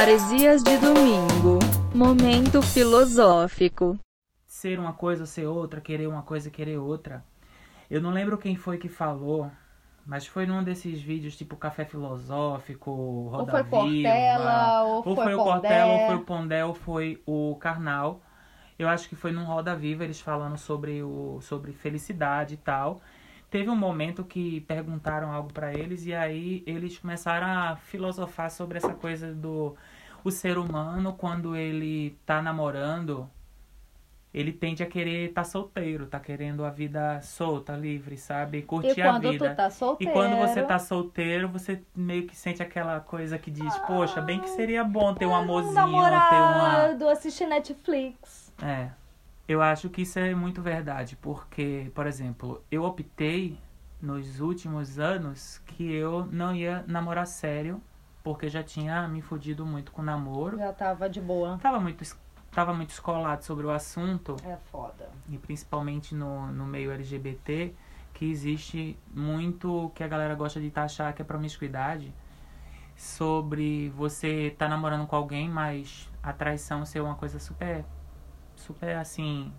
Heresias de domingo. Momento filosófico. ser uma coisa ou ser outra, querer uma coisa e querer outra. Eu não lembro quem foi que falou, mas foi num desses vídeos tipo Café Filosófico, Roda Ou foi Viva, Portela, ou ou foi, foi o Pondé. Portela, ou foi o Pondé, ou foi o Karnal. Eu acho que foi num Roda Viva, eles falando sobre, o, sobre felicidade e tal. Teve um momento que perguntaram algo pra eles e aí eles começaram a filosofar sobre essa coisa do o ser humano quando ele tá namorando, ele tende a querer estar tá solteiro, tá querendo a vida solta, livre, sabe? E Curtir a quando vida. tu tá E solteiro. quando você tá solteiro, você meio que sente aquela coisa que diz, poxa, bem que seria bom ter um amorzinho, um ter uma. namorado, assistir Netflix. É. Eu acho que isso é muito verdade, porque, por exemplo, eu optei nos últimos anos que eu não ia namorar sério, porque já tinha me fudido muito com namoro. Já tava de boa. Tava muito, es- tava muito escolado sobre o assunto É foda. e principalmente no, no meio LGBT, que existe muito que a galera gosta de taxar que é promiscuidade, sobre você tá namorando com alguém, mas a traição ser uma coisa super, super assim,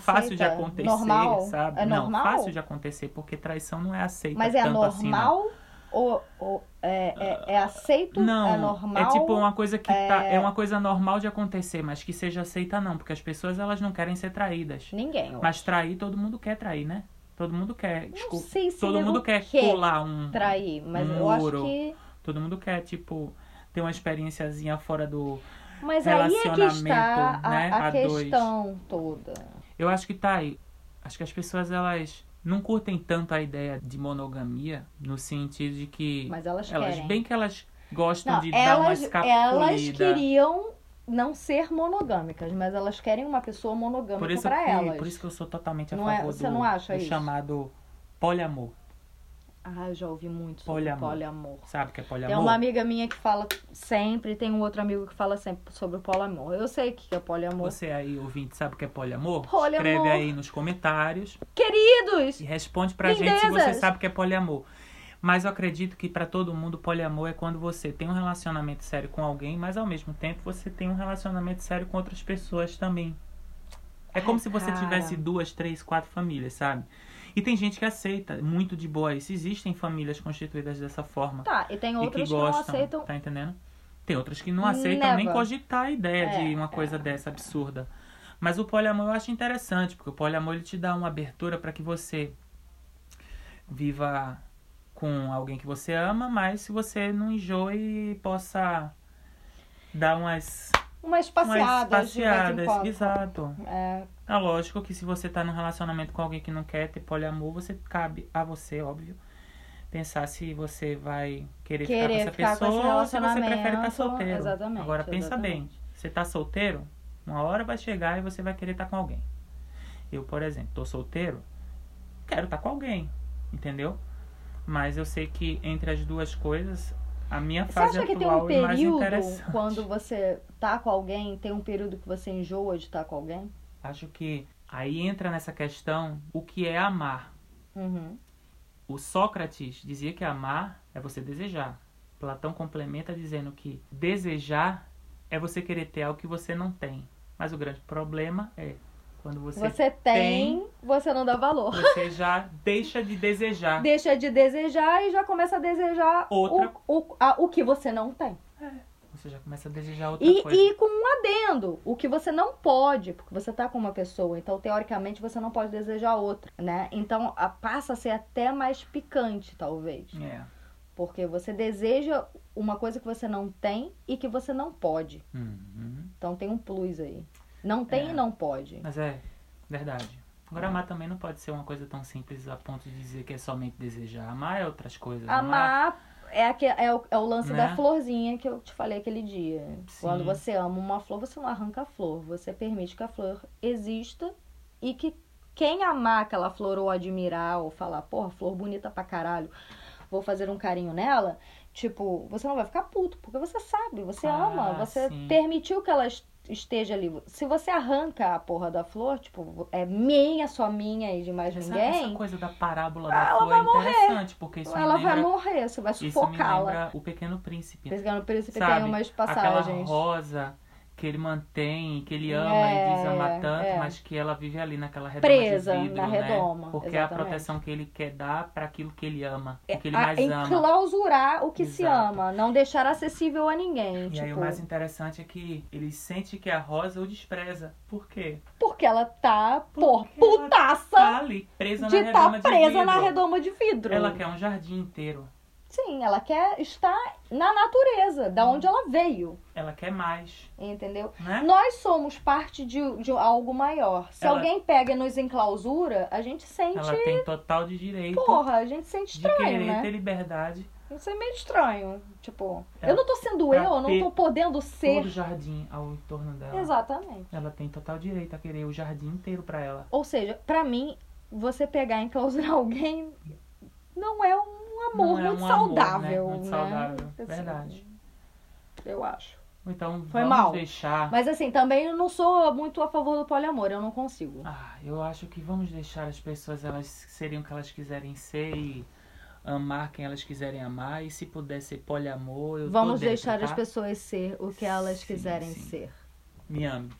fácil de Aceita? acontecer, Normal? sabe? É não, normal? fácil de acontecer, porque traição não é aceita Mas é tanto assim, não. Ah, normal? ou, ou é, é, é aceito? Não, é normal? tipo uma coisa que É- tá, é uma coisa normal de acontecer, mas que seja aceita não, porque as pessoas elas não querem ser traídas. Ninguém. Mas trair, todo mundo quer trair, né? Todo mundo quer. não Desculpa. sei se Todo nego mundo quer colar um. trair, mas um eu acho muro. que. Todo mundo quer, tipo, ter uma experiênciazinha fora do. Mas aí é que está Relacionamento, a, né, a a dois. questão toda. Eu acho que tá aí. Acho que as pessoas, elas não curtem tanto a ideia de monogamia, no sentido de que. Mas elas, elas, querem. bem que elas gostam Não, de dar uma elas, escapulida. elas queriam não ser monogâmicas, mas elas querem uma pessoa por monogâmica isso, pra que, elas. por isso que eu sou totalmente a Não é- favor você do, não acha do isso? chamado poliamor. Ah, eu já ouvi muito sobre Poliamor. poliamor. Sabe o que é poliamor? Tem uma amiga minha que fala sempre, tem um outro amigo que fala sempre sobre o poliamor. Eu sei o que é poliamor. Você aí, ouvinte, sabe o que é poliamor? Poliamor. Escreve aí nos comentários. Queridos! E responde pra gente se Lindezas. você sabe o que é poliamor. Mas eu acredito que pra todo mundo poliamor é quando você tem um relacionamento sério com alguém, mas ao mesmo tempo você tem um relacionamento sério com outras pessoas também. É como Ai, se você cara. tivesse duas, três, quatro famílias, sabe? E tem gente que aceita, muito de boa isso. Existem famílias constituídas dessa forma Tá, e tem e que outros que, não gostam, aceitam. tá entendendo? Tem outras que não aceitam nem Never. cogitar a ideia É, de uma coisa dessa absurda. Mas o poliamor eu acho interessante, porque o poliamor ele te dá uma abertura para que você viva com alguém que você ama, mas se você não enjoe, possa dar umas, Umas passeadas. umas De vez passeadas. em quando. Exato. É, É lógico que se você tá num relacionamento com alguém que não quer ter poliamor, você cabe a você, óbvio, pensar se você vai querer, querer ficar com essa ficar com esse pessoa ou se você relacionamento. prefere estar solteiro. Exatamente. Agora pensa bem, exatamente. você tá solteiro, uma hora vai chegar e você vai querer estar com alguém. Eu, por exemplo, tô solteiro, quero estar com alguém, entendeu? Mas eu sei que entre as duas coisas, a minha Você fase acha que tem um atual é mais período interessante. quando você tá com alguém, tem um período que você enjoa de estar com alguém? Acho que aí entra nessa questão o que é amar. Uhum. O Sócrates dizia que amar é você desejar. Platão complementa dizendo que desejar é você querer ter algo que você não tem. Mas o grande problema é quando você, Você, tem, você não dá valor. você já deixa de desejar. Deixa de desejar e já começa a desejar Ah. Outra. O, o, a- o que você não tem. Você já começa a desejar outra E, coisa. e com um adendo, o que você não pode, porque você tá com uma pessoa, então teoricamente você não pode desejar outra, né? Então a- passa a ser até mais picante, talvez. É. Porque você deseja uma coisa que você não tem e que você não pode. Uhum. Então tem um plus aí. Não tem É. e não pode. Mas é verdade. Agora, amar também não pode ser uma coisa tão simples a ponto de dizer que é somente desejar. Amar é outras coisas. Amar é, aque- é o, é o lance Né? da florzinha que eu te falei aquele dia. Sim. Quando você ama uma flor, você não arranca a flor. Você permite que a flor exista e que quem amar aquela flor ou admirar ou falar, porra, flor bonita pra caralho, vou fazer um carinho nela. Tipo, você não vai ficar puto, porque você sabe, você Ah, ama, você sim. permitiu que ela es- esteja ali. Se você arranca a porra da flor, tipo, é minha, só minha e de mais Essa, ninguém, essa coisa da parábola da Ela flor é interessante, porque isso ela me vai lembra, morrer, você vai isso me sufocá-la. lembra o Pequeno Príncipe. Pescando príncipe tem Sabe, umas Aquela passagens. rosa que ele mantém, que ele ama É, e desama tanto, é. mas que ela vive ali naquela redoma Presa de vidro, na né? redoma, Porque é exatamente. É, ah, a proteção que ele quer dar para aquilo que ele ama, o que ele A- mais ama. enclausurar o que se Exato. ama, não deixar acessível a ninguém. E tipo, aí o mais interessante é que ele sente que a rosa o despreza. Por quê? Porque ela tá, por Porque ela putaça Tá ali, presa de na estar redoma de presa vidro. na redoma de vidro. Ela quer um jardim inteiro. Sim, ela quer estar na natureza, da onde ela veio. Ela quer mais, Entendeu? né? Nós somos parte de, de algo maior. Se Ela- alguém pega e nos enclausura, a gente sente. Ela tem total de direito Porra, a gente sente de estranho, querer né? ter liberdade. Isso é meio estranho. Tipo, Ela eu não tô sendo tá eu, eu não pe- tô podendo Todo ser. jardim ao entorno dela. Exatamente. Ela tem total direito a querer o jardim inteiro pra ela. Ou seja, pra mim, você pegar e enclausurar alguém não é um Não amor é muito um amor, saudável. né? Muito né? saudável, Assim, verdade. Eu acho. Então Foi vamos mal. deixar. Mas assim, também eu não sou muito a favor do poliamor, eu não consigo. Ah, eu acho que vamos deixar as pessoas elas serem o que elas quiserem ser e amar quem elas quiserem amar. E se puder ser poliamor, eu tô Vamos dentro, deixar tá? as pessoas ser o que elas Sim, quiserem sim. ser. Me ame.